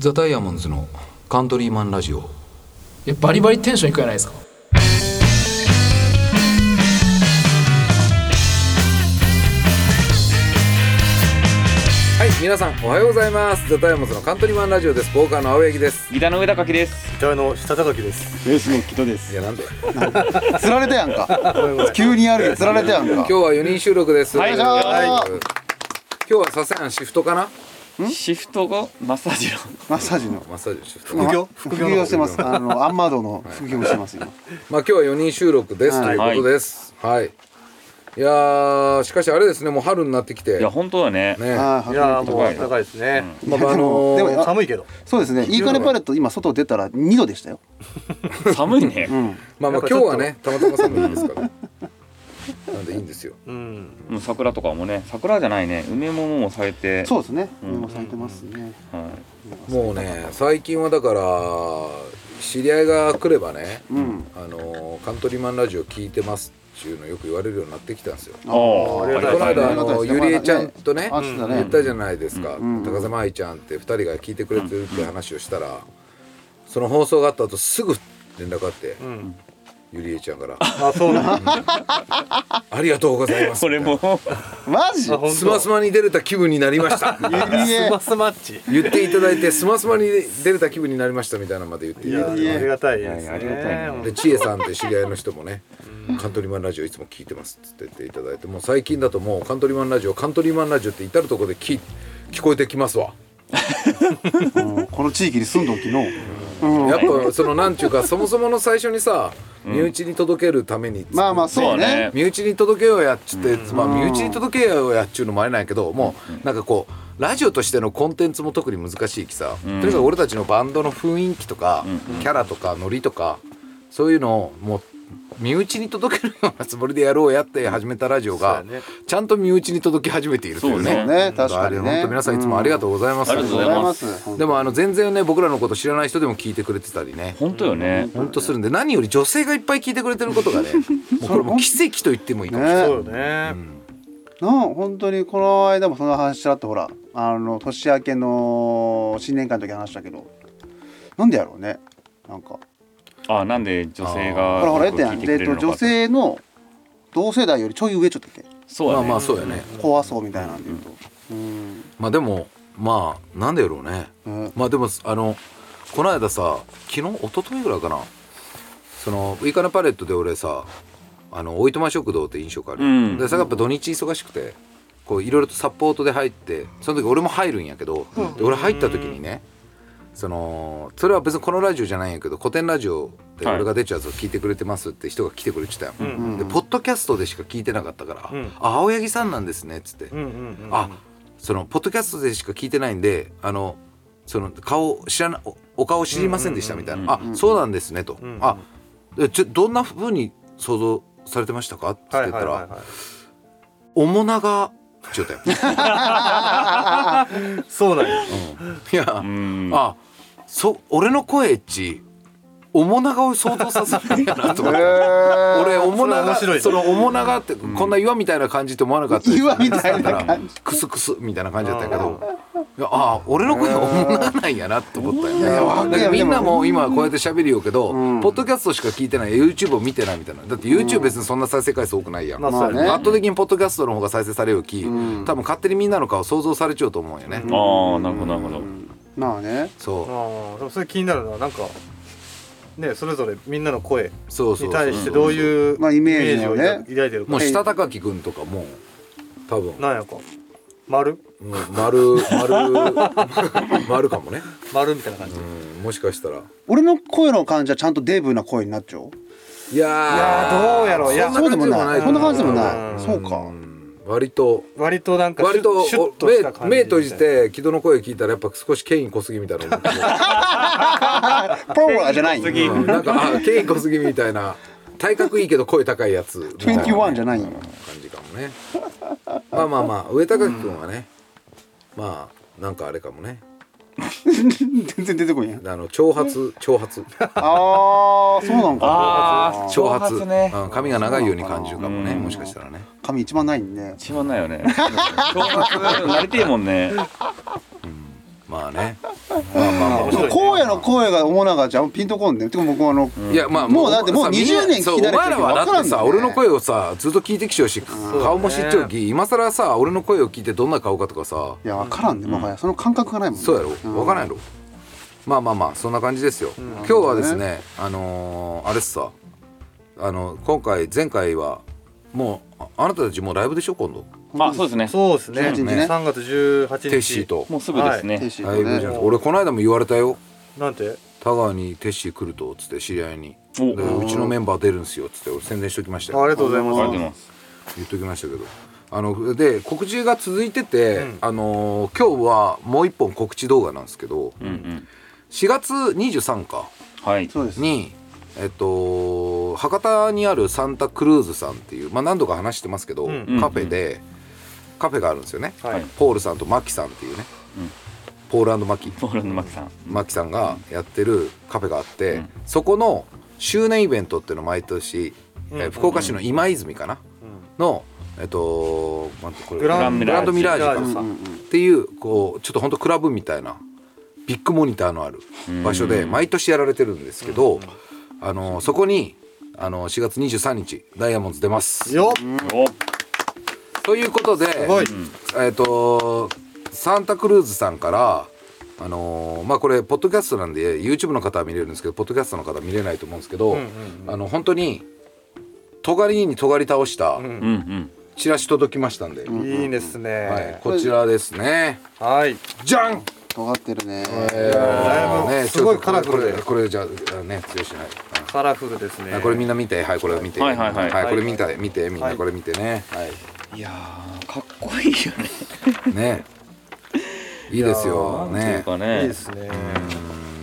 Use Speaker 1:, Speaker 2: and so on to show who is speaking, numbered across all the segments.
Speaker 1: ザ・ダイヤモンズのカントリーマンラジオ
Speaker 2: いやバリバリテンションいくじゃないですか
Speaker 1: はい皆さんおはようございますザ・ダイヤモンズのカントリーマンラジオですボーカーの青柳です
Speaker 3: ギターの上高木です。
Speaker 4: ギターの下高木です。
Speaker 5: ベースの木戸です
Speaker 1: い。やなんで
Speaker 5: 釣られたやんか。急にあるけど釣られたやんか。
Speaker 1: 今日は4人収録です
Speaker 3: はい
Speaker 1: は
Speaker 5: はい
Speaker 1: 今日はさすがにシフトかな
Speaker 3: シフト後マッサージの。
Speaker 5: マッサージの。
Speaker 1: マッサージシフト
Speaker 4: 副業
Speaker 5: 副業してます。あのアンマードの副業してます今。
Speaker 1: まあ今日は4人収録です、
Speaker 5: はい
Speaker 1: ということですはい、い、やーしかしあれですねもう春になってきて
Speaker 3: いや本当だね。
Speaker 1: ね
Speaker 5: ああ、
Speaker 4: いやーもう
Speaker 3: 高い
Speaker 4: 暖かいですね。
Speaker 1: まああのー
Speaker 5: でもでもあ
Speaker 4: 寒いけど。
Speaker 5: そうですね。いい金パレット今外出たら2度でしたよ。
Speaker 3: 寒いね。
Speaker 1: まあまあ
Speaker 4: なんかち
Speaker 1: 今日
Speaker 4: ょっと
Speaker 1: はねたまたま寒いですからなんでいいんですよ
Speaker 4: うん。
Speaker 3: もう桜とかもね、桜じゃないね、梅ももう咲いて。
Speaker 5: そうですね。今咲いてますね。
Speaker 3: は
Speaker 1: もうね最近はだから知り合いが来ればね、
Speaker 5: うん。
Speaker 1: あのーカントリーマンラジオ聞いてますっていうのよく言われるようになってきたんですよ。
Speaker 3: い。ああ、あり
Speaker 4: り
Speaker 1: こ
Speaker 3: がた
Speaker 4: がた
Speaker 3: い
Speaker 4: い
Speaker 1: の間あ
Speaker 3: ね。
Speaker 5: あ
Speaker 1: の
Speaker 5: りがたいですね
Speaker 1: ゆりえちゃんとね
Speaker 5: まあねあそうだね
Speaker 1: 言ったじゃないですか、
Speaker 5: ん
Speaker 1: 高瀬舞ちゃんって2人が聞いてくれてるって話をしたら、その放送があった後すぐ連絡あって、
Speaker 4: ん
Speaker 1: ゆりえちゃんから「
Speaker 4: あ、そうなんだ。
Speaker 1: ありがとうございます」
Speaker 3: これも。
Speaker 5: マジ
Speaker 4: あ、？ 本当。
Speaker 1: スマスマに出れた気分になりました」
Speaker 5: ゆりえ
Speaker 4: スマスマッチ。
Speaker 1: 言っていただいて「スマスマに出れた気分になりました」みたいなのまで言ってい
Speaker 4: い
Speaker 1: た
Speaker 4: や
Speaker 1: だいて
Speaker 4: ー、ありがたいです
Speaker 3: い
Speaker 4: ね。
Speaker 3: やありがたいね
Speaker 4: 本当
Speaker 1: で
Speaker 4: に
Speaker 1: 千恵さんって知り合いの人もね「カントリーマンラジオいつも聞いてます」っつって言っていただいてもう最近だともう「カントリーマンラジオカントリーマンラジオ」って至る所で聞聞こえてきますわ
Speaker 5: うんこの地域に住んどきの。うん
Speaker 1: やっぱそのなんちゅうかそもそもの最初にさ身内に届けるためにっつって
Speaker 5: まあまあそうね。
Speaker 1: 身内に届けようやっちって、まあ身内に届けようやっちゅうのもあれなんやけどもうなんかこうラジオとしてのコンテンツも特に難しいきさ、とにかく俺たちのバンドの雰囲気とか、キャラとかノリとかそういうのをもう身内に届けるようなつもりでやろうやって始めたラジオが、
Speaker 4: そうやね
Speaker 1: ちゃんと身内に届き始めているというね
Speaker 3: そう
Speaker 5: ね確かに
Speaker 1: あ
Speaker 5: ね
Speaker 1: れ本当皆さんいつもありがとうございます、
Speaker 3: うんありがとうござい
Speaker 5: ます
Speaker 1: でもあの全然ね僕らのこと知らない人でも聞いてくれてたりね
Speaker 3: 本当よね。
Speaker 1: 本当するんで何より女性がいっぱい聞いてくれてることがねもうこれもう奇跡と言ってもいいかもしれない。
Speaker 5: ね
Speaker 4: そうよね。
Speaker 5: の本当にこの間もその話しちらっとほらあの年明けの新年会の時話したけどなんでやろうねなんか
Speaker 3: あ、なんで女性
Speaker 5: ほ
Speaker 3: が。
Speaker 5: らほらえ
Speaker 3: よ
Speaker 5: っ
Speaker 3: く
Speaker 5: てや
Speaker 3: 聞い
Speaker 5: ん
Speaker 3: て
Speaker 5: で
Speaker 3: く
Speaker 5: え
Speaker 3: れ
Speaker 5: っ
Speaker 3: る
Speaker 5: と
Speaker 3: のか
Speaker 5: 女。性の同世代よりちょい上ちょっとだっけ
Speaker 3: そう
Speaker 1: ま
Speaker 3: だ
Speaker 1: あ
Speaker 3: ね。
Speaker 1: まあそうやね、
Speaker 5: 怖そうみたいなんで言うとうん
Speaker 1: まあでもまあなんでやろうね、
Speaker 5: うん
Speaker 1: まあでもあのこの間さ昨日一昨日ぐらいかなそのウイカナパレットで俺さあのおいとま食堂って飲食ある、
Speaker 3: うん
Speaker 1: でそれがやっぱ土日忙しくてこういろいろとサポートで入ってその時俺も入るんやけど、で俺入った時にねそのそれは別にこのラジオじゃないんやけど古典ラジオで
Speaker 3: はい
Speaker 1: 俺が出ちゃうやつを聞いてくれてますって人が来てくれてたよ、
Speaker 4: ん
Speaker 1: でポッドキャストでしか聞いてなかったから「
Speaker 4: うん
Speaker 1: あ青柳さんなんですね」っつって、
Speaker 4: うんうんうん。
Speaker 1: あそのポッドキャストでしか聞いてないんであのその顔知らなおお顔知りませんでしたみたいな「あそうなんですね」と
Speaker 4: んうん
Speaker 1: 「あえちょどんなふうに想像されてましたか?」って言
Speaker 4: は
Speaker 1: っ
Speaker 4: い
Speaker 1: た
Speaker 4: はいはい
Speaker 1: ら
Speaker 4: は
Speaker 1: 「おもなが」ちょっ とよ
Speaker 4: い。そうなんや。
Speaker 1: いや
Speaker 3: うん。
Speaker 1: あそ俺の声っちおもながを想像させるんや なと思って。俺おもなが
Speaker 4: それ面白いね
Speaker 1: そのおもながってこんな岩みたいな感じって思わなかったです
Speaker 5: 岩みたいな感 じ
Speaker 1: クスクスみたいな感じだったけどいやああ俺の声はおもながなんやなって思ったよね
Speaker 5: いやわかる
Speaker 1: だからみんなも今こうやって喋るよけど、
Speaker 5: うん
Speaker 1: ポッドキャストしか聞いてない YouTube を見てないみたいなだって YouTube 別にそんな再生回数多くないやん、
Speaker 4: まあ
Speaker 1: 圧
Speaker 4: そうやね。
Speaker 5: まあね
Speaker 1: 倒的にポッドキャストの方が再生されるき、
Speaker 5: うん
Speaker 1: 多分勝手にみんなの顔想像されちゃうと思うんよね、
Speaker 3: ああ、なるほど、なるほど。
Speaker 5: まあね
Speaker 1: そう
Speaker 4: ああ、でもそれ気になるな。なんかね、それぞれみんなの声
Speaker 1: そうそう
Speaker 4: に
Speaker 1: そう
Speaker 4: 対してどういう
Speaker 5: まあイメージをね
Speaker 4: イメ抱いてる
Speaker 1: も
Speaker 4: か
Speaker 1: う。下高木君とかも多分
Speaker 4: なんやか。丸
Speaker 1: うん丸丸 丸かもね、
Speaker 4: 丸みたいな感じ。
Speaker 1: うん、もしかしたら
Speaker 5: 俺の声の感じはちゃんとデブな声になっちゃう
Speaker 1: いや
Speaker 4: いや
Speaker 1: ー
Speaker 4: ーどうやろういや
Speaker 5: そうでもないこんな感じでも
Speaker 4: う
Speaker 5: なんいそうか
Speaker 1: 割と
Speaker 4: 割となんかシ
Speaker 1: 割
Speaker 4: ュ
Speaker 1: と
Speaker 4: ッシュッとした
Speaker 1: お
Speaker 4: 感
Speaker 1: 目
Speaker 4: じ
Speaker 1: 目閉じて木戸の声聞いたらやっぱ少し権威濃すぎみたいな思って
Speaker 5: パワーじゃない
Speaker 3: 次
Speaker 1: うんなんかあ権威濃すぎみたいな体格いいけど声高いやつみたいな
Speaker 5: 21じゃないよ
Speaker 1: 感じかもねまあまあまあ上高木君はねまあなんかあれかもね
Speaker 5: 全然出てこないやん
Speaker 1: あの挑発挑発
Speaker 5: あーそうなん
Speaker 3: あー
Speaker 5: か
Speaker 1: 挑発
Speaker 3: 挑発ね
Speaker 1: うん髪が長いように感じるかもね
Speaker 3: うん
Speaker 1: もしかしたらね
Speaker 5: 髪一番ないんで
Speaker 3: 一番ないよね。挑発慣れてえもんね。
Speaker 1: まあ ね
Speaker 4: 面白いね
Speaker 5: 声の声が主ながじゃんピンとこんねてか僕あの、
Speaker 1: いやまあ
Speaker 5: もうだってもう
Speaker 1: さみん
Speaker 5: 20年聞き慣れてる
Speaker 1: そうお前らはだって
Speaker 5: わ
Speaker 1: さ
Speaker 5: かんないね
Speaker 1: 俺の声をさずっと聞いてきちゃうし顔も知っちゃうき今更さ俺の声を聞いてどんな顔かとかさ
Speaker 5: いや分からんねもはやその感覚がないもんね
Speaker 1: そうやろ
Speaker 5: ん
Speaker 1: 分からんやろまあまあまあそんな感じですよ今日はですねあのーあれっすさあの今回前回はもうああなたたちもうライブでしょ今度
Speaker 3: まあそうですね
Speaker 4: そうですね
Speaker 5: 18日ね
Speaker 4: 3月18日
Speaker 1: テッシーと
Speaker 3: もうすぐです
Speaker 5: テイ
Speaker 3: ね
Speaker 5: シー
Speaker 1: ライブ
Speaker 5: と
Speaker 1: じゃ
Speaker 5: ね
Speaker 1: ん俺この間も言われたよ
Speaker 4: なんて
Speaker 1: 田川にテッシー来るとっつって知り合いに
Speaker 3: お
Speaker 1: で
Speaker 3: あ
Speaker 1: うちのメンバー出るんすよっつって俺宣伝しときました
Speaker 4: あ
Speaker 1: よ
Speaker 4: ありがとうござい
Speaker 3: りがとう
Speaker 4: ま
Speaker 3: ご
Speaker 4: す
Speaker 3: ざいます
Speaker 1: 言っときましたけどあので告知が続いてて、
Speaker 4: うん
Speaker 1: あのー今日はもう一本告知動画なんですけど
Speaker 3: うんうん
Speaker 1: 4月23か
Speaker 3: はい
Speaker 5: そうです
Speaker 1: に、えっと、博多にあるサンタクルーズさんっていう、まあ、何度か話してますけど、
Speaker 4: うん
Speaker 1: カフェで、カフェがあるんですよね、
Speaker 4: はい
Speaker 1: ポールさんとマキさんっていうね、
Speaker 3: うん
Speaker 1: ポールマキ
Speaker 3: ポールのマキさん
Speaker 1: マキさんがやってるカフェがあって、
Speaker 3: うん
Speaker 1: そこの周年イベントっていうのを毎年、えー
Speaker 4: うん
Speaker 1: 福岡市の今泉かな、
Speaker 4: うん
Speaker 1: の、えっと、なんてこれ
Speaker 4: グラン
Speaker 1: グランドミラージュか
Speaker 4: グランドミラージュ
Speaker 5: うんうん
Speaker 1: っていうこうちょっとほんとクラブみたいなビッグモニターのある場所で
Speaker 3: うん
Speaker 1: 毎年やられてるんですけどあのそこにあの4月23日ダイヤモンドズ出ます。
Speaker 4: よ
Speaker 3: お
Speaker 1: ということです
Speaker 4: ごい
Speaker 1: えっとサンタクルーズさんから。あのまあこれポッドキャストなんで YouTube の方は見れるんですけどポッドキャストの方は見れないと思うんですけど、
Speaker 4: うんうん
Speaker 1: あの本当に尖りに尖り倒した
Speaker 3: うんうん
Speaker 1: チラシ届きましたんで、
Speaker 4: うんいいです
Speaker 1: はい
Speaker 4: ね、
Speaker 1: こちらですね
Speaker 4: はい
Speaker 1: じゃん
Speaker 5: 尖ってるね
Speaker 1: え
Speaker 4: だい
Speaker 1: ー
Speaker 4: ぶ
Speaker 1: ね
Speaker 4: すごいカラフル
Speaker 1: ち
Speaker 4: で
Speaker 1: ょっとこれこれこれじゃあね強しはい
Speaker 4: カラフルですね
Speaker 1: あこれみんな見てはいこれ見て
Speaker 3: はいはいはい
Speaker 1: これ見て見てみんなこれ見てねはい
Speaker 3: いやーかっこいいよね
Speaker 1: ねいいですよ
Speaker 3: なんてい
Speaker 1: ね
Speaker 3: うか
Speaker 4: い
Speaker 3: ね
Speaker 4: いですね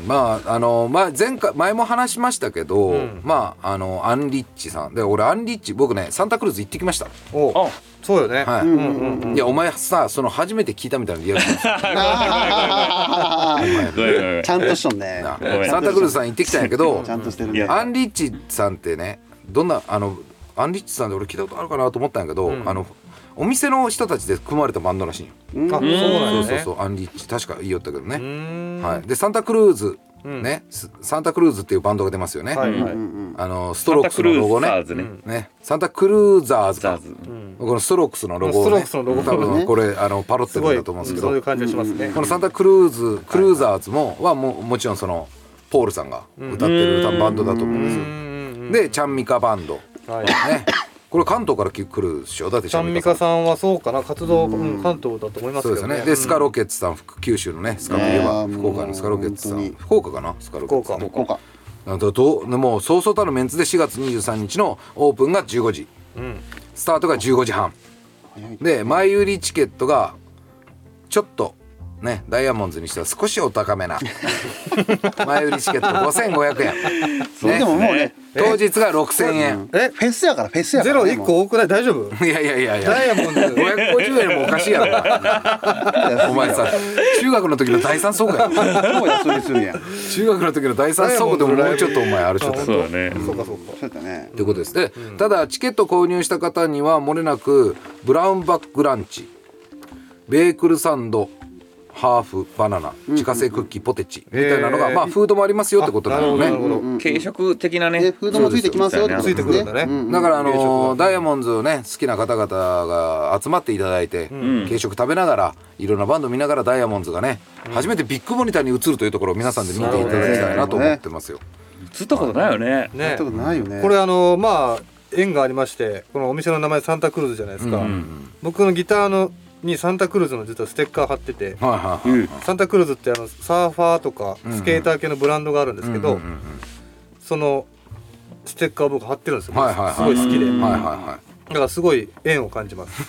Speaker 1: まああのまあ前回前も話しましたけど
Speaker 4: うん
Speaker 1: まああのアンリッチさんで俺アンリッチ僕ねサンタクルーズ行ってきました
Speaker 4: お
Speaker 3: あ
Speaker 4: そうよね
Speaker 1: は
Speaker 5: うん
Speaker 1: い
Speaker 5: うんうん
Speaker 1: いやお前さその初めて聞いたみたいなリアクションして
Speaker 5: あー
Speaker 3: ごめんごめんごめん
Speaker 5: ちゃんとしとんね
Speaker 1: た
Speaker 3: ごめん
Speaker 1: サンタクルーズさん行ってきたんやけど
Speaker 5: ちゃんとしてる
Speaker 3: い
Speaker 5: ね
Speaker 3: や
Speaker 1: アンリッチさんってねどんなあのアンリッチさんで俺聞いたことあるかなと思ったんやけど、
Speaker 4: うん
Speaker 1: あのお店の人たちで組まれたバンドらしいよ、
Speaker 5: うん
Speaker 4: あそうなん
Speaker 1: そうそ
Speaker 4: やね
Speaker 1: うそうアンリッチ確か言いよったけど
Speaker 4: う
Speaker 1: ね、
Speaker 4: ーん
Speaker 1: はい、でサンタクルーズ、
Speaker 4: うん
Speaker 1: ねスサンタクルーズっていうバンドが出ますよね、
Speaker 4: はいは
Speaker 5: う
Speaker 4: い
Speaker 5: んうん
Speaker 1: あのスト
Speaker 3: サ
Speaker 1: ロ
Speaker 3: ン
Speaker 1: ー
Speaker 3: タ
Speaker 1: クス
Speaker 3: ク
Speaker 1: の
Speaker 3: ル
Speaker 1: ロゴ
Speaker 3: ー
Speaker 1: ね
Speaker 3: ザ
Speaker 1: サ
Speaker 3: ーズね
Speaker 1: ねサンタクルーザーズ
Speaker 3: ザ
Speaker 1: か
Speaker 3: ーズ
Speaker 4: うん
Speaker 1: このストロークスのロゴを、ね、
Speaker 4: ストロークスのロゴ
Speaker 1: 多分これあのパロって
Speaker 4: す
Speaker 1: る
Speaker 4: ご
Speaker 1: ん
Speaker 4: い
Speaker 1: だと思うんですけ
Speaker 4: そうい
Speaker 1: ど
Speaker 4: う感じがしますね
Speaker 1: このサンタクルーズクルーザーズもはもうもちろんそのポールさんが歌ってる歌バンドだと思うんですよ、でちゃんみかバンド
Speaker 4: はい
Speaker 1: ね、これ関東から来るでしょだって
Speaker 4: ちゃんみか
Speaker 1: ん
Speaker 4: さんはそうかな活動、うん、関東だと思います
Speaker 1: そうです
Speaker 4: けど
Speaker 1: よ
Speaker 4: ね
Speaker 1: ねでスカロケッツさん福九州のねスカといえば
Speaker 5: ねえ
Speaker 1: 福岡のスカロケッツさ
Speaker 5: もうん本当に
Speaker 1: 福岡かなスカロケッツさん
Speaker 5: こうか
Speaker 1: なんとどうもうそうそうたるメンツで4月23日のオープンが15時
Speaker 4: うん
Speaker 1: スタートが15時半
Speaker 5: 早い
Speaker 1: で前売りチケットがちょっとねダイヤモンドズにしては少しお高め な前売りチケット5500円、
Speaker 5: それでももうね
Speaker 1: 当日が6000円
Speaker 4: え
Speaker 5: フェスやからフェスやか
Speaker 4: ゼ
Speaker 5: ら
Speaker 4: ロ
Speaker 5: ね
Speaker 4: 一個多くない大丈夫
Speaker 1: いやいやいやいや
Speaker 4: ダイヤモンド
Speaker 1: 550円もおかしいやろお前お前さ中学の時の第三倉庫やろ
Speaker 5: もう安売りするやんそ
Speaker 1: 中学の時の第三倉庫でももうちょっとお前あるちょっと
Speaker 3: そうだね
Speaker 4: そうかそうか
Speaker 5: うだね
Speaker 1: ってことですで、ただチケット購入した方にはもれなくブラウンバックランチベークルサンドハーフバナナ自家製クッキーポテチみたいなのが、
Speaker 4: へー
Speaker 1: まあフードもありますよってことなの
Speaker 4: な
Speaker 1: ね
Speaker 4: るほどなるほど
Speaker 3: 軽食的な
Speaker 5: で
Speaker 3: ね
Speaker 5: フードもついてきますよってこと
Speaker 4: ついてくるんだね
Speaker 5: う
Speaker 1: だからあ
Speaker 4: 軽食
Speaker 1: の
Speaker 4: が
Speaker 1: ダイヤモンドズをね好きな方々が集まっていただいて、
Speaker 3: ん
Speaker 1: 軽食食べながらいろんなバンド見ながらダイヤモンドズがね、初めてビッグモニターに映るというところを皆さんで見ていただきたいなと思ってますよ。
Speaker 3: 映ったことないよね
Speaker 5: や
Speaker 4: ね
Speaker 5: ったことないよね
Speaker 4: これあのまあ縁がありましてこのお店の名前サンタクルーズじゃないですか、
Speaker 1: うん
Speaker 4: 僕のギターのにサンタクルーズの実はステッカー貼ってて
Speaker 1: はいはい
Speaker 3: うん
Speaker 1: はい。
Speaker 4: サンタクルーズってあのサーファーとか
Speaker 1: うんうん
Speaker 4: スケーター系のブランドがあるんですけど、
Speaker 1: うんうん
Speaker 4: そのステッカーを僕貼ってるんですよ、
Speaker 1: はいはいはい
Speaker 4: すごい好きで、
Speaker 1: うん
Speaker 4: だ
Speaker 1: はいは
Speaker 4: からすごい縁を感じます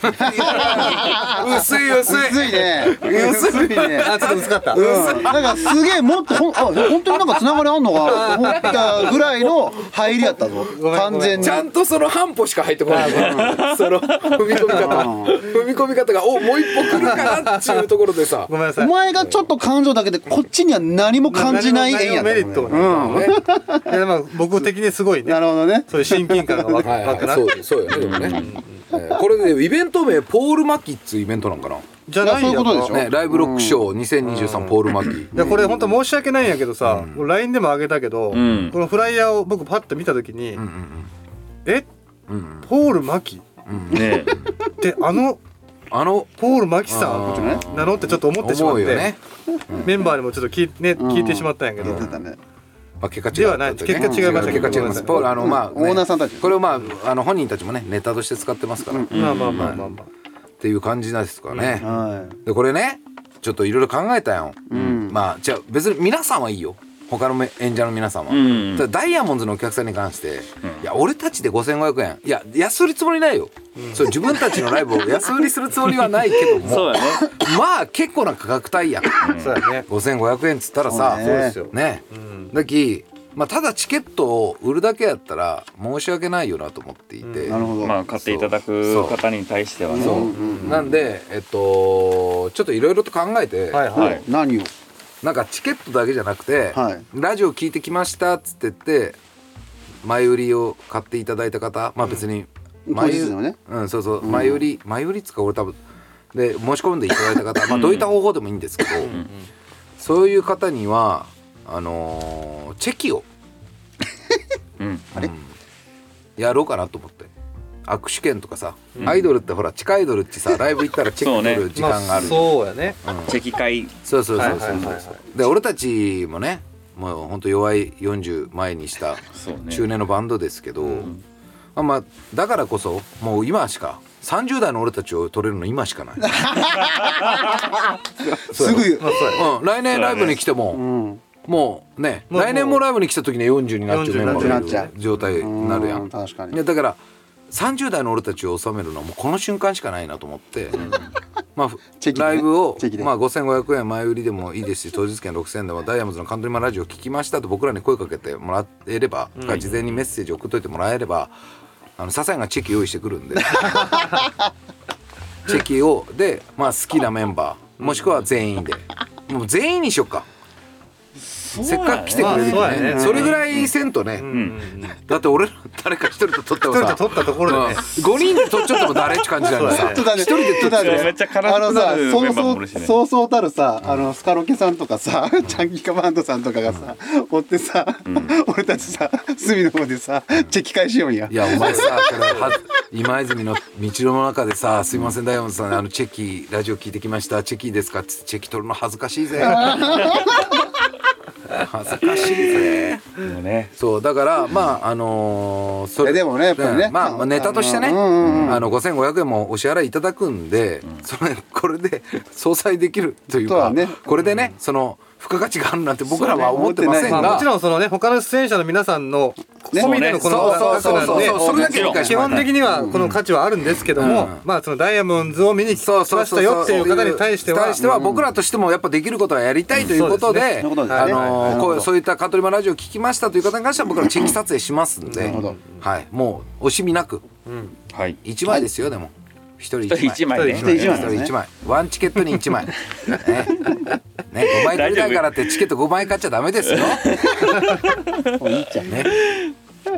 Speaker 1: いはい。薄い薄い。
Speaker 5: 薄いね薄いね
Speaker 4: あちょっと薄かった、
Speaker 5: うん、なんかすげえもっとほんあ本当になんかつながりあんのかと思ったぐらいの入りやったぞ
Speaker 4: ごめん
Speaker 5: 完全に
Speaker 1: ちゃんとその半歩しか入ってこない。 その踏み込み方
Speaker 5: うん、
Speaker 1: 踏み込み方がおもう一歩来るかなっていうところでさ。
Speaker 4: ごめんなさ
Speaker 5: お
Speaker 4: い
Speaker 5: 前がちょっと感情だけでこっちには何も感じない縁や
Speaker 4: 何も
Speaker 5: った
Speaker 4: メリット
Speaker 5: も
Speaker 4: が
Speaker 5: ん
Speaker 4: な
Speaker 5: ね
Speaker 4: い
Speaker 1: ね
Speaker 4: いやまあ僕的にすごいね
Speaker 5: なるほどね
Speaker 4: そういう親近感が湧く
Speaker 1: はい
Speaker 4: 湧く
Speaker 1: は。
Speaker 4: ない
Speaker 1: そうそうよね。でもねね、えーこれでイベント名ポール・マキっつうイベントなんかな、
Speaker 4: じゃないん
Speaker 5: いやそういうことでしょ
Speaker 1: ね、ライブロックショー2023、ポール・マキ
Speaker 4: でこれ本当申し訳ないんやけどさ、俺 LINE でもあげたけど、
Speaker 3: ん
Speaker 4: このフライヤーを僕パッと見た時に「え
Speaker 1: うん
Speaker 4: ポール・マキ っ
Speaker 3: ね
Speaker 4: てあの
Speaker 1: あの
Speaker 4: ポール・マキさ
Speaker 1: あ
Speaker 5: ー
Speaker 4: んなの?」ってちょっと思ってしまっ
Speaker 1: 思う
Speaker 4: て、
Speaker 1: よね、
Speaker 4: メンバーにもちょっと聞い,、ね、
Speaker 5: ん
Speaker 4: 聞いてしまったんやけ
Speaker 5: 言
Speaker 4: ど、
Speaker 5: ってたね
Speaker 1: まあ、結果違う
Speaker 4: ではない結果違いましたけ
Speaker 1: 結
Speaker 4: ど
Speaker 1: 果違いますポールあのまあ、
Speaker 5: うんオーナーさんたち
Speaker 1: これをまああの本人たちもねネタとして使ってますから、っ
Speaker 4: まあまあまあまあまあ、
Speaker 1: ていう感じなんですかね、
Speaker 5: は
Speaker 1: でこれねちょっといろいろ考えたよ、
Speaker 5: ん
Speaker 1: まあじゃあ別に皆さんはいいよ他のめ演者の皆さんは、
Speaker 3: うん
Speaker 1: ただダイヤモンドのお客さんに関して、いや俺たちで5500円いや安売りつもりないよ、そう自分たちのライブを安売りするつもりはないけど
Speaker 3: え
Speaker 1: も
Speaker 3: そうやね
Speaker 1: まあ結構な価格帯やん
Speaker 4: そうやね
Speaker 1: 5500円っつったらさ
Speaker 5: そう
Speaker 4: そうですよ、
Speaker 1: ね
Speaker 4: うん
Speaker 1: だき、まあ、ただチケットを売るだけやったら申し訳ないよなと思っていて、
Speaker 5: いなるほど、
Speaker 3: まあ買っていただく方に対してはね
Speaker 1: そう、なんでえっとちょっといろいろと考えて、
Speaker 4: はい
Speaker 5: お
Speaker 4: はい、
Speaker 5: 何を
Speaker 1: なんかチケットだけじゃなくて、
Speaker 5: はい
Speaker 1: ラジオ聞いてきましたっつってって前売りを買っていただいた方まあ別に前売り
Speaker 5: 当日のね
Speaker 1: うんそうそう前売り、前売りっつうか俺多分で申し込んでいただいた 方まあどういった方法でもいいんですけど、そういう方にはあのーチェキを
Speaker 3: うん
Speaker 1: やろうかなと思って握手券とかさ、アイドルってほら地下アイドルっちさライブ行ったらチェキ取
Speaker 3: そう
Speaker 1: る
Speaker 3: ね
Speaker 1: 時間がある、
Speaker 4: まそうやね、
Speaker 3: チェキ会
Speaker 1: そうそう
Speaker 4: はい
Speaker 1: そ
Speaker 4: は
Speaker 1: う
Speaker 4: い
Speaker 1: そう
Speaker 4: はい
Speaker 1: そう
Speaker 4: はい
Speaker 1: で俺たちもねもうほんと弱い40前にした
Speaker 3: そうね
Speaker 1: 中年のバンドですけど、まあまあだからこそもう今しか30代の俺たちを取れるの今しか ない、
Speaker 5: すぐ言う
Speaker 4: まあそうや
Speaker 1: うん、
Speaker 4: ね
Speaker 1: 来年ライブに来て
Speaker 5: う
Speaker 1: も、
Speaker 5: ん
Speaker 1: もうね
Speaker 4: もう
Speaker 1: 来年もライブに来た時には40になっちゃうメンバー
Speaker 5: 40に
Speaker 1: が
Speaker 5: ないっちゃう
Speaker 1: る状態になるや
Speaker 5: うん
Speaker 1: ん
Speaker 5: 確か
Speaker 1: い
Speaker 5: に
Speaker 1: やだから30代の俺たちを収めるのはもうこの瞬間しかないなと思って、まあ、
Speaker 5: チェキね
Speaker 1: ライブを、
Speaker 5: チェキね
Speaker 1: まあ、5500円前売りでもいいですし当日券6000円でもダイヤモンドのカントリーマンラジオ聞きましたと僕らに声かけてもらえれば、とか事前にメッセージ送っといてもらえればあの些細なチェキ用意してくるんで チェキをで、まあ、好きなメンバーもしくは全員でもう全員にしよっか。せっかく来てくれるよ
Speaker 4: まあそうや
Speaker 1: ね
Speaker 4: ね
Speaker 1: それぐらいせんとね、だって俺ら誰か一人と撮っても
Speaker 4: 一
Speaker 1: さ
Speaker 4: 人で撮ったところ
Speaker 1: うん
Speaker 4: でね、
Speaker 1: 5人で撮っちゃっても誰って感じなんで
Speaker 4: そう
Speaker 1: さ
Speaker 4: だ
Speaker 5: ちょっとだね、一人で
Speaker 3: っとだねめっちゃ辛くなる
Speaker 5: あのさ
Speaker 3: メン
Speaker 5: そう
Speaker 3: バーも
Speaker 5: そ
Speaker 3: おる
Speaker 5: う
Speaker 3: しね
Speaker 5: そうそうたるさあのスカロケさんとかさ、 チャンギカバンドさんとかがさ、追ってさ、 俺たちさ隅の方でさ、チェキ返しようんや
Speaker 1: いやお前さこれは今泉の道の中でさ「すいませんダイヤモンドさんあのチェキラジオ聞いてきましたチェキですか?」っつってチェキ取るの恥ずかしいぜ恥ずかしいぜ
Speaker 3: でもね
Speaker 1: そうだからまああのーそ
Speaker 5: いやでもねやっぱりね
Speaker 1: うんまあまあネタとしてね
Speaker 5: うんうんう
Speaker 1: あの5500円もお支払いいただくんでそれこれで相殺できるという
Speaker 5: そうだ
Speaker 1: か
Speaker 5: ね
Speaker 1: これでねその付加価値があるなんて僕らは思ってません
Speaker 4: まあ、
Speaker 1: が
Speaker 4: もちろんそのね他の出演者の皆さんの込みでのこの
Speaker 1: そうそうそうそうそうそれだけ理解して
Speaker 4: 基
Speaker 1: もらえ
Speaker 4: 本
Speaker 1: ない
Speaker 4: 的にはこの価値はあるんですけども、
Speaker 1: うん
Speaker 4: まあそのダイヤモンズを見に来
Speaker 1: そう
Speaker 4: ま
Speaker 1: そう
Speaker 4: し
Speaker 1: そうそ
Speaker 4: た
Speaker 1: う
Speaker 4: よっていう方に対しては
Speaker 1: 対しては僕らとしてもやっぱできることはやりたいということで、
Speaker 5: うんそうで
Speaker 1: あ
Speaker 5: すねそういうことですねはい
Speaker 1: の
Speaker 5: なる
Speaker 1: こ
Speaker 5: ほ
Speaker 1: う
Speaker 5: ど
Speaker 1: そういったカトリマラジオを聞きましたという方に関しては僕らチェキ撮影しますんで
Speaker 5: るほど、
Speaker 1: はい、もう惜しみなく
Speaker 3: はい
Speaker 1: 一枚ですよでも一人
Speaker 3: 一人
Speaker 1: 一
Speaker 3: 一
Speaker 1: 枚。
Speaker 3: 枚ね
Speaker 4: 一
Speaker 5: 人一枚
Speaker 1: 一人一枚ワンチケットに1枚ねね5枚取りたいからってチケット5枚買っちゃダメですよ。
Speaker 5: いいじゃん
Speaker 1: ね、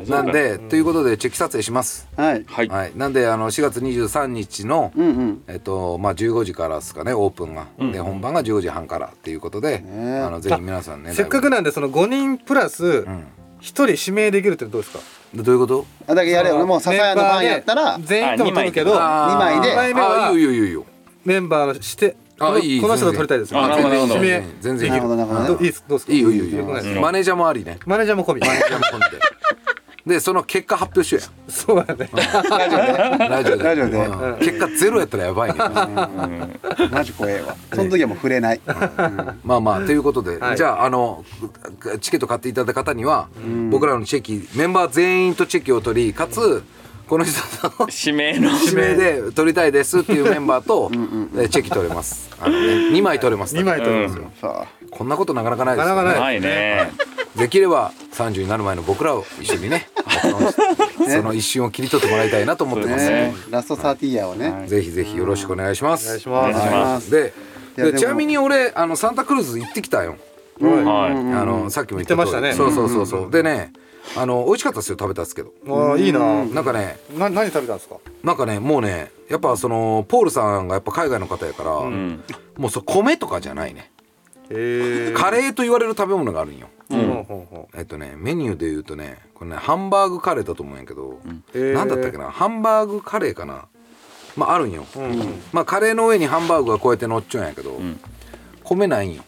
Speaker 1: なんで、ということでチェキ撮影します。
Speaker 5: はい
Speaker 3: はい
Speaker 1: はい、なんであの4月23日の、
Speaker 5: うんうん
Speaker 1: えっとまあ、15時からですかねオープンが、で本番が15時半からっていうことで、
Speaker 5: ね
Speaker 1: あのぜひ皆さんね
Speaker 4: せっかく
Speaker 1: ライ
Speaker 4: なんでその5人プラス
Speaker 1: ん
Speaker 4: 一人指名できるってどうですか
Speaker 1: ブどういうこと
Speaker 5: あだけやれよ俺もう笹谷のファンやったら
Speaker 4: メンバーで全員とも取るけど
Speaker 1: あー
Speaker 5: 二枚で
Speaker 4: 二枚目は
Speaker 1: あーいいよいいよいいよ
Speaker 4: メンバーのしてこ
Speaker 1: あ
Speaker 4: の
Speaker 1: いい
Speaker 4: この人
Speaker 1: 全
Speaker 4: と
Speaker 1: 然
Speaker 4: 取りたいです
Speaker 3: あなるほどなるほど
Speaker 4: 指名
Speaker 1: 全然い
Speaker 5: ないるほど
Speaker 1: よ
Speaker 5: な
Speaker 4: ど
Speaker 5: るほど
Speaker 4: ういいですどうですか
Speaker 1: いいよいいよいい
Speaker 4: よくないです
Speaker 1: よマネージャーもありね
Speaker 4: マネージャーも込み
Speaker 1: マネージャーも込みででその結果発表しよ
Speaker 4: そうやね
Speaker 1: うやラジオで
Speaker 5: ラジオで
Speaker 1: うん結果ゼロやったらやばいね
Speaker 5: マジ怖えわその時はもう触れない、
Speaker 1: まあまあということで、
Speaker 4: はい
Speaker 1: じゃああのチケット買っていただいた方には、僕らのチェキメンバー全員とチェキを取りかつこの人と
Speaker 3: 指名の
Speaker 1: 指名で取りたいですっていうメンバーとえーチェキ取れます。あのね、2枚取れます。
Speaker 4: 2枚取るんですよ、
Speaker 5: さあ
Speaker 1: こんなことなかなかないですよ、ね。
Speaker 4: なかなか
Speaker 3: ないね
Speaker 1: できれば30になる前の僕らを一緒にね、その一瞬を切り取ってもらいたいなと思ってます。
Speaker 5: ねラストサーティーヤーをね、
Speaker 1: ぜひぜひよろしくお願いします。
Speaker 4: お願いします
Speaker 3: お願いします
Speaker 1: で
Speaker 5: いや
Speaker 1: で
Speaker 5: でも
Speaker 1: ちなみに俺あのサンタクルーズ行ってきたよ。
Speaker 4: はい
Speaker 3: はい
Speaker 5: うん
Speaker 1: あのさっきも言った
Speaker 4: 言ってましたね
Speaker 1: そうそうそうそうでねあの美味しかったですよ食べたんですけど
Speaker 4: ああいいな
Speaker 1: なんかね
Speaker 4: な何食べたんですか
Speaker 1: なんかねもうねやっぱそのポールさんがやっぱ海外の方やから、
Speaker 3: うん
Speaker 1: もうそ米とかじゃないね
Speaker 4: へえ
Speaker 1: カレーと言われる食べ物があるんよ
Speaker 4: うんうんうん
Speaker 1: えっとねメニューで言うとねこれねハンバーグカレーだと思うんやけど、
Speaker 4: へー
Speaker 1: なんだったっけなハンバーグカレーかなまああるんよ、
Speaker 4: うんうん
Speaker 1: まあカレーの上にハンバーグがこうやって乗っちゃうんやけど、
Speaker 3: ん
Speaker 1: 米ないんよ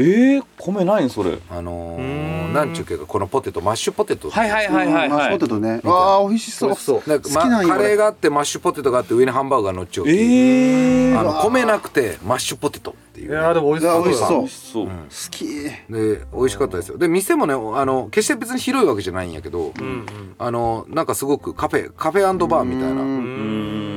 Speaker 3: ええ米ないんそれ
Speaker 1: あのー、
Speaker 4: うーん
Speaker 1: なんちゅうけどこのポテトマッシュポテト
Speaker 3: はいはいはいはい
Speaker 5: マッ
Speaker 3: は
Speaker 5: シュ
Speaker 3: い
Speaker 5: ポテトねああ美味しそう
Speaker 4: 美味しそう
Speaker 1: なんかま
Speaker 5: 好きなんよ
Speaker 1: カレー
Speaker 5: 俺
Speaker 1: があってマッシュポテトがあって上にハンバーグが乗っちゃうっていう、
Speaker 3: ええ
Speaker 1: あの米なくてマッシュポテトってい、
Speaker 4: いうやーでも美味しそう
Speaker 5: 美味しそう
Speaker 3: 美味しそう
Speaker 1: うん
Speaker 5: 好き
Speaker 1: で美味しかったですよで店もねあの決して別に広いわけじゃないんやけど、
Speaker 4: うん
Speaker 1: あのなんかすごくカフェカフェバーみたい
Speaker 4: うんう
Speaker 1: なん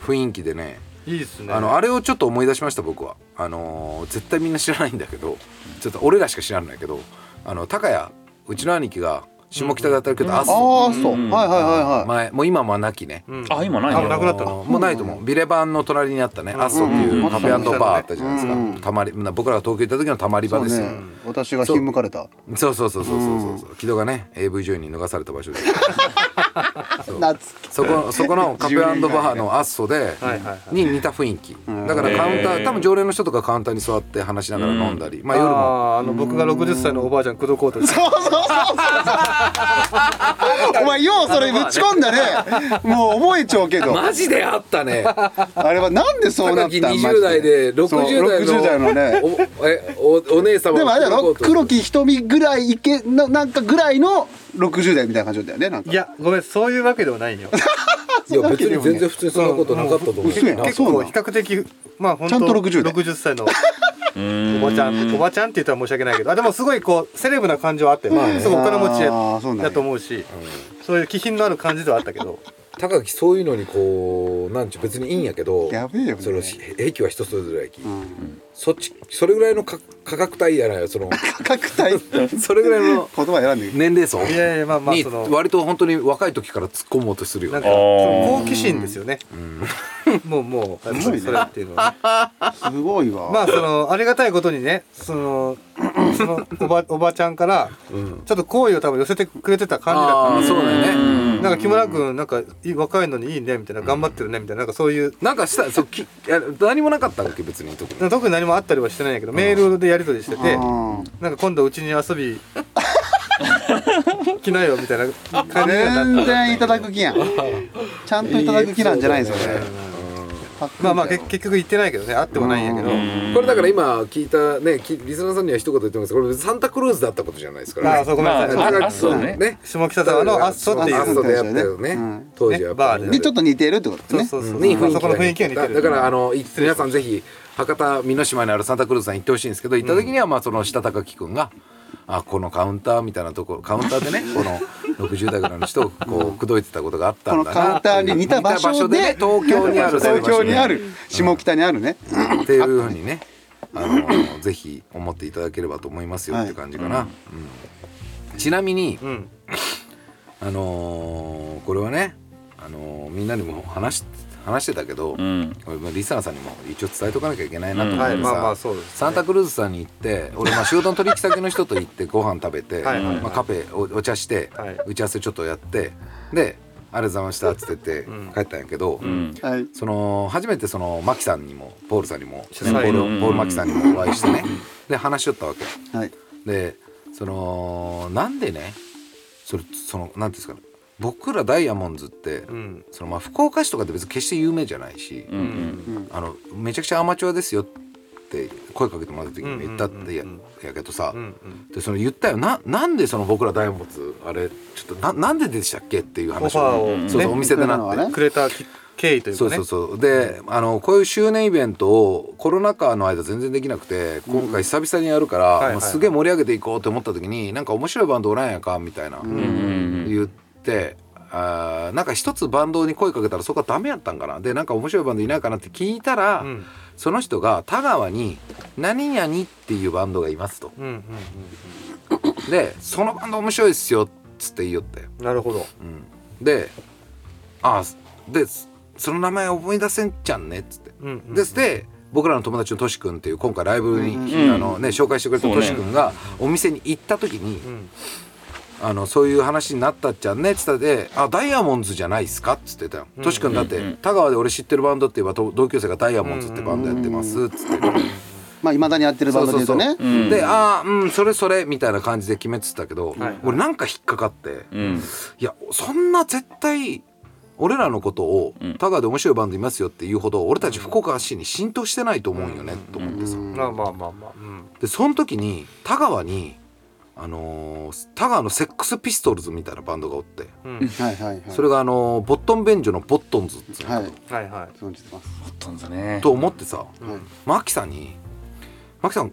Speaker 1: 雰囲気でね
Speaker 4: んいいっすね
Speaker 1: あのあれをちょっと思い出しました僕はあのー絶対みんな知らないんだけどちょっと俺らしか知らないけどあの高谷うちの兄貴が下北で働くけど、アス
Speaker 5: ああそう、
Speaker 3: うん
Speaker 5: はいはいはいはい
Speaker 1: 前もう今はなきね、
Speaker 4: うん
Speaker 3: あ今ないの
Speaker 4: あなくなった
Speaker 1: あ
Speaker 4: の
Speaker 1: のもうないと思うビレバンの隣にあったね、アッソっていうカフェバーあったじゃないですか、
Speaker 5: うん
Speaker 1: たまり僕らが東京行った時のたまり場
Speaker 5: そう
Speaker 1: ですよ、
Speaker 5: ね私がひんむかれた
Speaker 1: そうそうそうそうそうそうそう木戸がね AV 女優に脱がされた場所です そう
Speaker 5: 夏
Speaker 1: そこそこのカフェバーのアッソで
Speaker 4: はいはいはい
Speaker 1: に似た雰囲気
Speaker 5: ん
Speaker 1: だからカウンタ
Speaker 3: へ
Speaker 1: ー
Speaker 3: ー
Speaker 1: 多分常連の人とかカウンターに座って話しながら飲んだりまあ夜も
Speaker 4: あーあの僕が60歳のおばあちゃん口説こうとして
Speaker 5: そうそうそうそうお前ようそれぶち込んだねもう覚えちゃうけど
Speaker 1: マジであった ね
Speaker 5: あれはなんでそうな
Speaker 1: 高
Speaker 5: ったん
Speaker 1: 木
Speaker 5: マジ
Speaker 1: 20代で
Speaker 5: そう
Speaker 1: 60
Speaker 5: 60代
Speaker 1: 代
Speaker 5: の
Speaker 1: の
Speaker 5: ね
Speaker 1: おえ おお姉様
Speaker 5: でもあれだろ
Speaker 1: 黒子と
Speaker 5: 黒木瞳ぐらいいけななんかぐらいの60代みたいな感じだよねなんか
Speaker 4: いやごめんそういうわけではない よ
Speaker 1: いや別に全然普通にそんなことなかったと思う
Speaker 5: 嘘やん
Speaker 1: な
Speaker 5: あ
Speaker 4: 結
Speaker 5: そうなの
Speaker 4: 構比較的まあ本
Speaker 5: ちゃ
Speaker 4: 当
Speaker 5: んと60代
Speaker 4: 60歳の
Speaker 3: う
Speaker 4: おばちゃんおばちゃんって言ったら申し訳ないけどあでもすごいこうセレブな感じはあってすごいお金持ち
Speaker 5: あーそうなんや
Speaker 4: やだと思うしそういう気品のある感じではあったけど
Speaker 1: 高木そういうのにこうなんちゅう別にいいんやけど
Speaker 5: やべえよね
Speaker 1: それを兵器は人それぞれやき、
Speaker 5: うん
Speaker 1: そっちそれぐらいのか価格帯やないよその
Speaker 5: 価格帯
Speaker 1: それぐらいの
Speaker 5: 言葉選んでる
Speaker 1: 年齢層
Speaker 4: いやいやまあまあ
Speaker 1: に
Speaker 4: その
Speaker 1: 割と本当に若い時から突っ込もうとするよ
Speaker 4: なん
Speaker 1: ね
Speaker 4: か
Speaker 3: あー
Speaker 4: 好奇心ですよねもうもうやっぱりそれっていうのはね
Speaker 5: すごいわ、
Speaker 4: まあそのありがたいことにねそのそのおばおばちゃんからちょっと好意を多分寄せてくれてた感じだ
Speaker 1: あ
Speaker 4: っ
Speaker 1: あそうだよね
Speaker 4: たなんか木村君なんかいい若いのにいいねみたいな頑張ってるねみたいななんかそういう
Speaker 1: なんかしたそうきいや何もなかったわけ別に特に
Speaker 4: なんか特に何もあったりはしてないんやけどメールでやり取りしてて
Speaker 5: うん
Speaker 4: なんか今度うちに遊び来ないよみたいな感じにはな
Speaker 5: 全
Speaker 4: った
Speaker 5: 然いただく気やんちゃんといただく気なんじゃないんですよね
Speaker 4: まあまあけ結局行ってないけどねあってはないんやけど
Speaker 1: これだから今聞いたねきリスナーさんには一言言ってますけどこれサンタクローズだったことじゃないですからね
Speaker 4: ああそうごめんなさい
Speaker 3: まあ
Speaker 4: な
Speaker 1: 高
Speaker 4: んか
Speaker 1: 木
Speaker 3: あそうね
Speaker 4: 下北沢のアッソっていう
Speaker 1: アッソでやったよね、
Speaker 5: うん
Speaker 1: 当時はやっぱり
Speaker 4: ねバー
Speaker 5: でちょっと似てるってことです
Speaker 4: そう
Speaker 5: ね
Speaker 4: そうそう
Speaker 1: に雰囲
Speaker 4: そ
Speaker 1: 気
Speaker 4: この雰囲気が似てる
Speaker 1: だからあのい皆さんぜひ博多美濃島にあるサンタクルーズさん行ってほしいんですけど行った時にはまあその下高木くんが。あこのカウンターみたいなところカウンターでねこの60代ぐらいの人をこう口説いてたことがあったんだな
Speaker 5: このカウンターに似た場所
Speaker 1: 似た
Speaker 5: で
Speaker 1: 場所でね東京にある
Speaker 5: 東京にある下北にあるね
Speaker 1: っていうふうにねあのぜひ思っていただければと思いますよって感じかな、うんちなみに
Speaker 4: うん
Speaker 1: あのーこれはね、あのーみんなにも話し話してたけど、
Speaker 3: うん
Speaker 1: これまあリスナーさんにも一応伝えとかなきゃいけないなと思っ
Speaker 4: はい
Speaker 1: て
Speaker 4: まあま
Speaker 1: さ
Speaker 4: あそうですね
Speaker 1: サンタクルーズさんに行って俺まあ仕事の取引先の人と行っ てご飯食べて
Speaker 4: はいはいはい
Speaker 1: まあ、カフェおお茶して、
Speaker 4: はい
Speaker 1: 打ち合わせちょっとやってで「ありがとうございました」っつって言って帰ったんやけど、
Speaker 3: うん
Speaker 5: はい
Speaker 1: その初めてそのマキさんにもポールさんにも、ね、ポ
Speaker 4: 主催の
Speaker 1: ール
Speaker 3: うん
Speaker 1: ポールマキさんにもお会いしてねで話しよったわけ。
Speaker 5: はい
Speaker 1: でそのなんでねそれそのなんていうんですかね僕らダイヤモンズって、
Speaker 4: うん
Speaker 1: そのまあ福岡市とかって別に決して有名じゃないし、
Speaker 3: うんうん
Speaker 1: あのめちゃくちゃアマチュアですよって声かけてもらった時に言ったってや,、
Speaker 4: うんうんうん
Speaker 1: やけどさ、
Speaker 4: うんうん
Speaker 1: でその言ったよななんでその僕らダイヤモンズあれちょっとななんででしたっけっていう
Speaker 4: オ
Speaker 1: 話
Speaker 4: ファーを
Speaker 1: そうそうお
Speaker 4: ね
Speaker 1: 店でなって、
Speaker 5: ね
Speaker 4: くれたき経緯というか
Speaker 1: そ
Speaker 4: ね
Speaker 1: うそうそうであのこういう周年イベントをコロナ禍の間全然できなくて今回久々にやるから、
Speaker 4: はいはい
Speaker 1: まあすげえ盛り上げていこうと思った時になんか面白いバンドおらんやんかみたいな、
Speaker 3: うん
Speaker 1: 言って。あーなんか一つバンドに声かけたらそこはダメやったんかなでなんか面白いバンドいないかなって聞いたら、
Speaker 4: うん
Speaker 1: その人が田川に「何々」っていうバンドがいますと
Speaker 4: うんうん
Speaker 1: で「そのバンド面白いっすよ」っつって言いよって
Speaker 4: うんなるほど
Speaker 1: で「ああでその名前思い出せんちゃんね」っつって
Speaker 4: うんうん
Speaker 1: ですで僕らの友達のトシ君っていう今回ライブに、
Speaker 3: うん
Speaker 1: あのね紹介してくれたトシ君がお店に行った時に、あのそういう話になったっちゃんねっつったで「あダイヤモンズじゃないっすか?」っつってたよ。トシ君だって、田川で俺知ってるバンドって言えばと同級生がダイヤモンズってバンドやってますっつって。
Speaker 5: まあいまだにやってるバンドでいうとね
Speaker 1: そうそうそうでああうんそれそれみたいな感じで決めてたけど、
Speaker 4: はい
Speaker 1: 俺なんか引っかかって、
Speaker 3: う
Speaker 1: い
Speaker 3: ん
Speaker 1: やそんな絶対俺らのことを
Speaker 3: うん
Speaker 1: 田川で面白いバンドいますよっていうほど俺たち福岡市に浸透してないと思うんよね、と思ってさ、
Speaker 4: まあまあまあまあ、うん、
Speaker 1: でその時に田川にあのー田川のセックスピストルズみたいなバンドがおって、
Speaker 5: はいはいはい
Speaker 1: それがあのーボットン便所のボットンズっつうの
Speaker 5: はい
Speaker 4: はいは
Speaker 5: 存じてます
Speaker 3: あったんだね
Speaker 1: と思ってさ、
Speaker 4: い、うん
Speaker 1: マキさんに「マキさん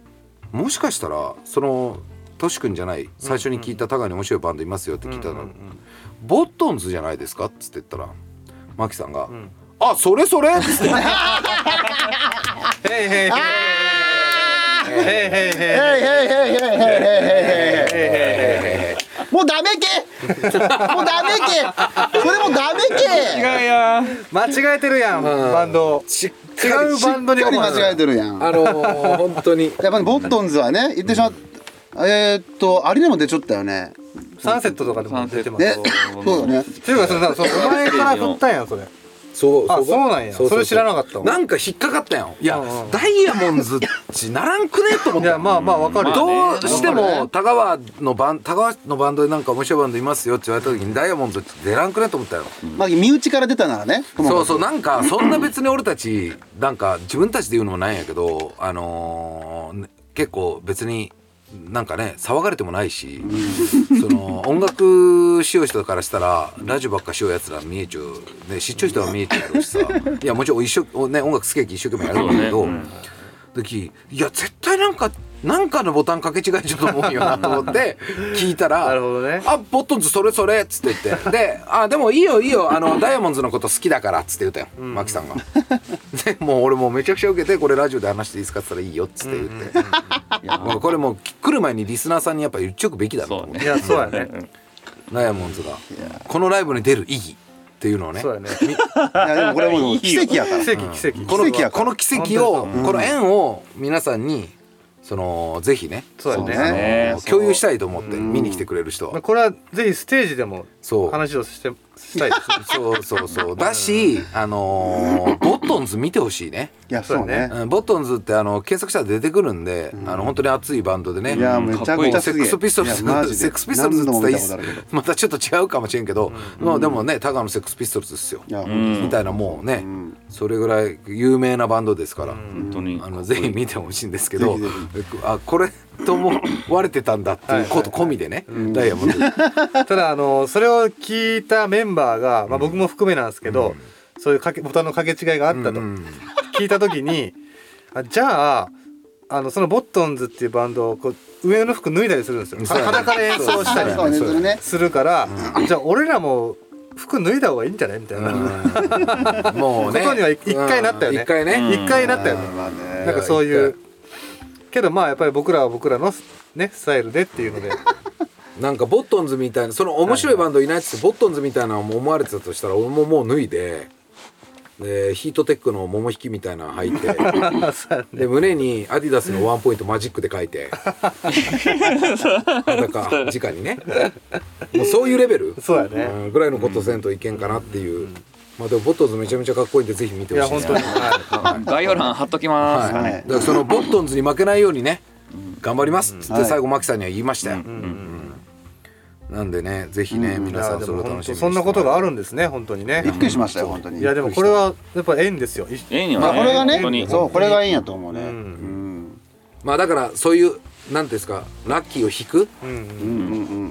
Speaker 1: もしかしたらそのトシ君じゃない最初に聞いた「タガに面白いバンドいますよ」って聞いたの、
Speaker 4: うんうん
Speaker 1: ボットンズじゃないですか?」っつって言ったらマキさんが「
Speaker 4: ん
Speaker 1: あそれそれ!」っつって
Speaker 4: へいへいへいへいへいへ
Speaker 5: へいへいへいへいへいへいへいへいもうダメけもうダメけそれもダメ
Speaker 3: 違う
Speaker 5: け
Speaker 3: や
Speaker 4: い間違えてるやん、バンド
Speaker 1: しっか り
Speaker 4: 違うバンドに
Speaker 5: しっかり間違え
Speaker 4: て
Speaker 5: てるやん
Speaker 1: あの ー本当に
Speaker 5: やっぱりボットンズはね言ってしまったえーっとあれでも出ちゃったよね
Speaker 4: サンセットとかでも出てます
Speaker 5: ね
Speaker 4: よ
Speaker 5: そうだね
Speaker 4: ていうかそれなんかそうお前から振ったんやんそれ
Speaker 1: そう
Speaker 4: あ
Speaker 1: が
Speaker 4: そうなんやそれ知らなかったわ
Speaker 1: なんか引っかかったよいや、
Speaker 4: うんうん
Speaker 1: ダイヤモンズっちならんくねと思っ
Speaker 4: い
Speaker 1: て
Speaker 4: やまあまあわかるよ、
Speaker 1: どうして
Speaker 5: まあ
Speaker 1: も
Speaker 5: ね
Speaker 1: 田川のバン田川のバンドでなんか面白いバンドいますよって言われた時にダイヤモンドって出らんくねと思ったよ。
Speaker 5: まあ身内から出たならねともかく
Speaker 1: そうそうなんかそんな別に俺たちなんか自分たちで言うのもなんやけどあのーね結構別になんかね騒がれてもないしその音楽しよう人からしたらラジオばっかしようやつら見えちゃう、ね、知っちゃう人は見えちゃうしさいやもちろん一生、ね、音楽好きやき一生懸命やるんだけど。
Speaker 3: そうね
Speaker 1: 時いや絶対なんかなんかのボタンかけ違いちゃうと思うよなと思 って聞いたら「
Speaker 4: なるほどね
Speaker 1: あボットンズそれそれ」っつって言ってで「あでもいいよいいよあのダイヤモンズのこと好きだから」っつって言ったよ、マキさんが。でもう俺もうめちゃくちゃ受けて「これラジオで話していいですか?」っつったら「いいよ」っつって言って、もうこれもう来る前にリスナーさんにやっぱ言っちゃくべきだなと
Speaker 3: そ
Speaker 1: 思
Speaker 3: う
Speaker 1: って、
Speaker 4: い
Speaker 3: ね
Speaker 4: やそうやね
Speaker 1: ダイヤモンズがこのライブに出る意義っていうのをね
Speaker 4: そうやね
Speaker 5: いやでもこれはもう奇跡や から
Speaker 4: 奇跡奇跡
Speaker 1: この
Speaker 5: 奇跡や
Speaker 1: この奇跡を、この縁を皆さんにそのぜひね
Speaker 4: そうやね
Speaker 5: そうね
Speaker 1: あの共有したいと思って見に来てくれる人
Speaker 4: まあ
Speaker 1: は
Speaker 4: これはぜひステージでも
Speaker 1: そう
Speaker 4: 話をしてしたいですね
Speaker 1: そうそうそうだしあのーボットンズ見てほしいね
Speaker 5: いやそうね
Speaker 1: うんボットンズってあの検索したら出てくるんであの本当に熱いバンドでね
Speaker 5: いやめちゃくちゃ
Speaker 1: セッ
Speaker 5: すげえ
Speaker 1: クスピストルズ
Speaker 5: いやマジで
Speaker 1: セックスピストルズって言ったら
Speaker 5: 何度も
Speaker 1: いいった
Speaker 5: 見ことあるけど
Speaker 1: すまたちょっと違うかもしれんけどまあでもねタガのセックスピストルズですよ
Speaker 5: いや
Speaker 1: みたいなもうねそれぐらい有名なバンドですから
Speaker 3: 本当に
Speaker 1: あのぜひ見てほしいんですけど
Speaker 5: ぜ
Speaker 1: あこれと思われてたんだっていうこと込みでねダイヤモンド
Speaker 4: ただあのそれを聞いたメンバーが、まあ、僕も含めなんですけど、そういうかけボタンの掛け違いがあったと
Speaker 1: うん
Speaker 4: 聞いた時に、あじゃああのそのボットンズっていうバンドをこう上の服脱いだりするんですよ
Speaker 1: そうやね
Speaker 4: 裸で演奏したり
Speaker 5: そうねそれね
Speaker 4: するから、じゃあ俺らも服脱いだ方がいいんじゃないみたいな、
Speaker 1: もうね
Speaker 4: ことには一回なったよね
Speaker 1: うん一回ね、
Speaker 4: 一回なったよね、
Speaker 5: まあね
Speaker 4: なんかそういうけどまあやっぱり僕らは僕らのねスタイルでっていう ので
Speaker 1: なんかボットンズみたいなその面白いバンドいないっつってボットンズみたいなのも思われてたとしたら俺ももう脱いででヒートテックの桃引きみたいなの履い
Speaker 4: そうやね
Speaker 1: てで胸にアディダスのワンポイントマジックで書いて裸直にねもうそういうレベル
Speaker 4: そうやね
Speaker 1: んぐらいのことせんといけんかなっていう、まあでもボットンズめちゃめちゃかっこいいんでぜひ見て
Speaker 4: い
Speaker 1: ほ
Speaker 4: や
Speaker 1: しいで
Speaker 4: 本
Speaker 1: す
Speaker 4: 当に、はい
Speaker 3: 概要欄貼っときま
Speaker 1: はいだ
Speaker 3: す、
Speaker 1: からそのボットンズに負けないようにね頑張りますっつって最後マキさんには言いましたよ、うんなんでねぜひね、皆さんそれを楽しみにして
Speaker 4: そんなことがあ
Speaker 1: る
Speaker 4: るんですね本当にね
Speaker 5: びっくりしましたよ本当に
Speaker 4: いやでもこれはやっぱ縁ですよい
Speaker 3: ええんよね
Speaker 5: まあこれが
Speaker 3: 本当に
Speaker 5: ねそうこれがいいんやと思うねうん
Speaker 1: まあだからそういうなんていうんですかラッキーを引く、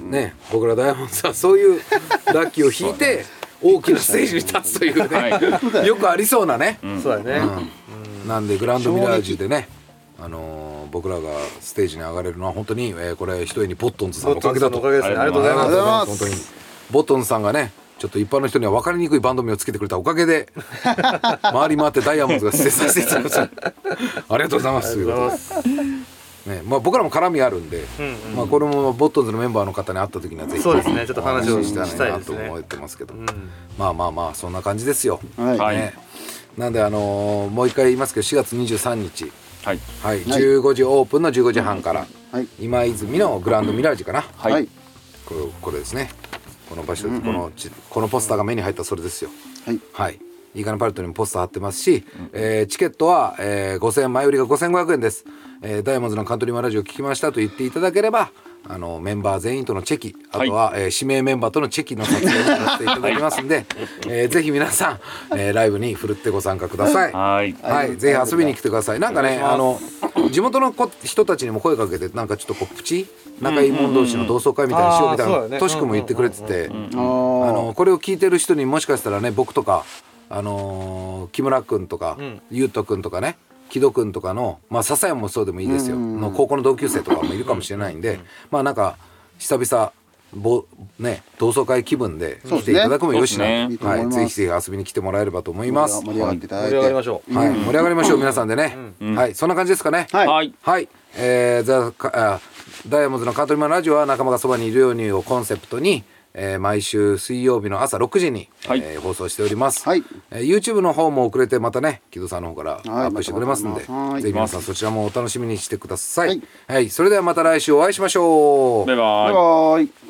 Speaker 1: ね僕らダイヤモンドさん そういうラッキーを引いて大きなステージに立つと いうね、
Speaker 5: は い
Speaker 1: よくありそうなね、
Speaker 4: そうやね
Speaker 1: なんでグランドミラージュでねあのー僕らがステージに上がれるのは本当に、えーこれ一重にボットンズさんの
Speaker 4: ボッ
Speaker 1: お
Speaker 4: ト
Speaker 1: か
Speaker 4: ン
Speaker 1: げだ
Speaker 4: さん
Speaker 1: と
Speaker 4: のおかげですねありがとうござい
Speaker 1: あ
Speaker 4: ま
Speaker 1: りが
Speaker 4: す
Speaker 5: とうございます
Speaker 1: 本当にボトンさんがねちょっと一般の人には分かりにくいバンド名をつけてくれたおかげで回り回ってダイヤモンドが出演させていただきましたありがとうございますということでねまあ、僕らも絡みあるんで、
Speaker 4: うんうん
Speaker 1: まあ、これもボットンズのメンバーの方に会った時にはぜひ
Speaker 4: そうですねちょっと話を
Speaker 1: おした
Speaker 4: した
Speaker 1: い
Speaker 4: い
Speaker 1: な
Speaker 4: で
Speaker 1: と
Speaker 4: すね
Speaker 1: 思ってますけど、
Speaker 4: うん
Speaker 1: まあまあまあそんな感じですよ。
Speaker 5: はい、
Speaker 3: はい
Speaker 1: ねなんであのーもう一回言いますけど4月23日、
Speaker 3: はい
Speaker 1: はい、15時オープンの15時半から、
Speaker 5: はい
Speaker 1: 今泉のグランドミラージュかな、
Speaker 3: はい、
Speaker 5: はい
Speaker 1: これこれですねこの場所、このちこのポスターが目に入ったそれですよ
Speaker 5: はい
Speaker 1: はいイーガナパレットにもポスター貼ってますし、えーチケットは、えー5000前売りが5500円です、えーダイヤモンドのカントリーマンラジオ聞きましたと言っていただければあのメンバー全員とのチェキあとは、えー指名メンバーとのチェキの撮影をさせていただきますんで、えーぜひ皆さん、えーライブにふるってご参加ください。
Speaker 3: はい
Speaker 1: はい、ぜひ遊びに来てください。なんかね、あの地元の子人たちにも声かけて、なんかちょっとこうプチ仲いい者同士の同窓会みたいにしようみたい
Speaker 4: あーそうだ
Speaker 1: な、
Speaker 4: ね
Speaker 1: としくも言ってくれてて、あ
Speaker 5: あの
Speaker 1: のこれを聞いてる人にもしかしたらね、僕とかあのー木村君とか
Speaker 4: ん
Speaker 1: ゆうと君とかね。木戸君とかの、まあ、笹山もそうでもいいですよ、の高校の同級生とかもいるかもしれないんで、まあなんか久々ぼ、ね、同窓会気分で来ていただくもよしな、
Speaker 3: そうです
Speaker 5: ね
Speaker 1: はい
Speaker 5: いいと思います
Speaker 1: ぜひぜひ遊びに来てもらえればと思います。
Speaker 5: 盛り上がっていただ
Speaker 4: 盛り
Speaker 5: いて、
Speaker 4: 上がりましょう
Speaker 1: はい、盛り上がりましょう皆さんでね、
Speaker 3: ん
Speaker 1: はいそんな感じですかね
Speaker 5: はい
Speaker 3: はい
Speaker 1: はい、えーザかあダイヤモンドのカントリーマンラジオは仲間がそばにいるようにをコンセプトに、えー毎週水曜日の朝6時に、
Speaker 3: はい
Speaker 1: えー放送しております、
Speaker 5: はい
Speaker 1: えー YouTube の方も遅れてまたね木戸さんの方からア
Speaker 5: はい
Speaker 1: ップしてくれますんで、
Speaker 5: またはい
Speaker 1: ぜひ皆さんそちらもお楽しみにしてください、は
Speaker 5: はいい、
Speaker 1: それではまた来週お会いしましょう
Speaker 3: バイバイ
Speaker 5: バイバイ